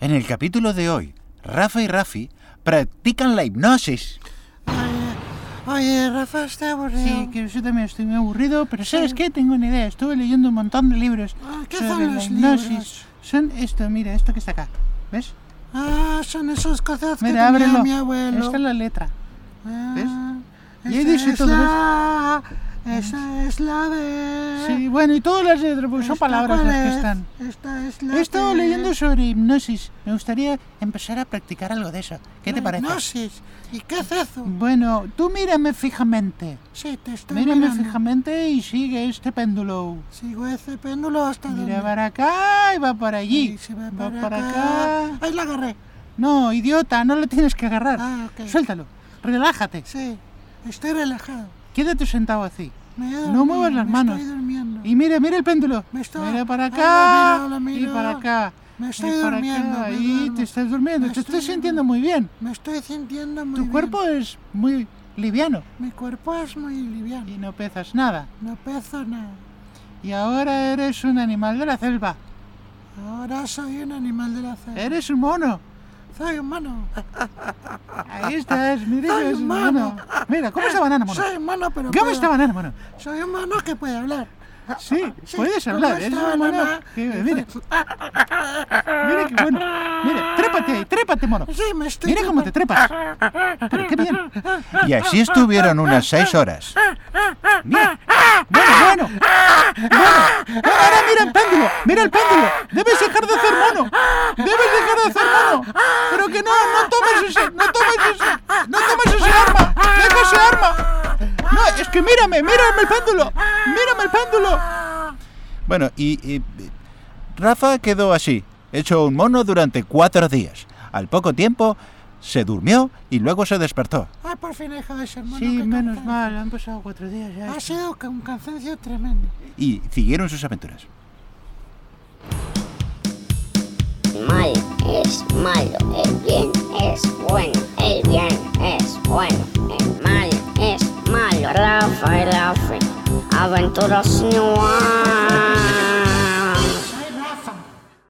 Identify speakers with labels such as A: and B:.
A: En el capítulo de hoy, Rafa y Rafi practican la hipnosis.
B: Oye, Rafa está aburrido.
A: Sí, que yo también estoy muy aburrido, pero ¿sabes qué? Tengo una idea. Estuve leyendo un montón de libros
B: Ah, ¿qué
A: sobre
B: son
A: la
B: los
A: hipnosis.
B: libros?
A: Son esto, mira, esto que está acá. ¿Ves?
B: Ah, son esas cosas que tenía
A: Mira, ábrelo.
B: mi abuelo.
A: Esta es la letra. ¿ves?
B: Ah,
A: Y ahí
B: esa
A: dice
B: es
A: todo,
B: la- eh, Esa es la de...
A: Sí, bueno, y todas las letras, porque son
B: ¿Esta
A: palabras
B: cuál
A: las que
B: es?
A: están.
B: Esta es la
A: He estado
B: de-
A: leyendo sobre hipnosis. Me gustaría empezar a practicar algo de eso. ¿Qué te
B: la
A: parece? Mm.
B: hipnosis. ¿Y qué es eso?
A: Bueno, tú mírame fijamente.
B: Sí, te estoy
A: Mírame
B: mirando.
A: fijamente y sigue este péndulo.
B: Sigo ese péndulo hasta
A: Mira
B: donde...
A: para acá y va para allí.
B: Y se va
A: va
B: para
A: para
B: acá.
A: acá.
B: Ahí la agarré.
A: No, idiota, no lo tienes que agarrar.
B: Ah, ok.
A: Suéltalo. Relájate.
B: Sí, estoy relajado.
A: Quédate sentado así.
B: Me he
A: No
B: dormido,
A: muevas las
B: me
A: manos.
B: Estoy durmiendo.
A: Y mira, mira el péndulo.
B: Me está-
A: Mira para
B: ahí lo
A: acá
B: miro, lo
A: y
B: miro.
A: para acá.
B: Me
A: y
B: estoy
A: para
B: durmiendo,
A: acá.
B: me
A: Ahí
B: duermo.
A: te estás durmiendo.
B: Me
A: te
B: estoy
A: estás sintiendo muy bien.
B: Me estoy sintiendo muy
A: tu
B: bien.
A: cuerpo es muy liviano
B: Mi cuerpo es muy liviano.
A: y no pesas nada.
B: No peso nada.
A: Y ahora eres un animal de la selva.
B: Ahora soy un animal de la selva.
A: Eres un mono.
B: Soy humano.
A: Ah, Ahí estás, mira,
B: Soy
A: eres un
B: mono.
A: mono. Mira, ¿cómo está banana, mono?
B: Eh, Soy humano, pero
A: ¿Cómo
B: puedo.
A: está banana, mono?
B: Soy humano que puede hablar. Ah,
A: Sí,
B: Sí,
A: puedes
B: ¿cómo
A: hablar,
B: está
A: eres un mono.
B: banana?
A: que- mira, mira qué bueno. Mira, trépate ahí, trépate, mono.
B: Sí, me estoy...
A: Mira cómo te trepas. Pero qué bien. Y así estuvieron unas seis horas. Mira. Bueno, bueno. Bueno. Ahora mira el péndulo. Mira el péndulo. Debes dejar de hacer mono. Debes dejar de hacer mono. Pero que no, no tomes ese, no tomes ese, no tomes ese arma. Deja ese arma. No, es que mírame, mírame el péndulo. Mírame el péndulo. Bueno, y, y- Rafa quedó así, hecho un mono durante cuatro días. Al poco tiempo se durmió y luego se despertó.
B: Ah, por fin he dejado de ser mono.
A: Sí,
B: qué
A: menos
B: cansancio.
A: mal, han pasado cuatro días ya.
B: Ha sido ca- un cansancio tremendo.
A: Y siguieron sus aventuras.
C: Mal es malo, el bien es bueno, el bien es bueno, el mal es malo. Rafa y Rafi, aventuras sin igual.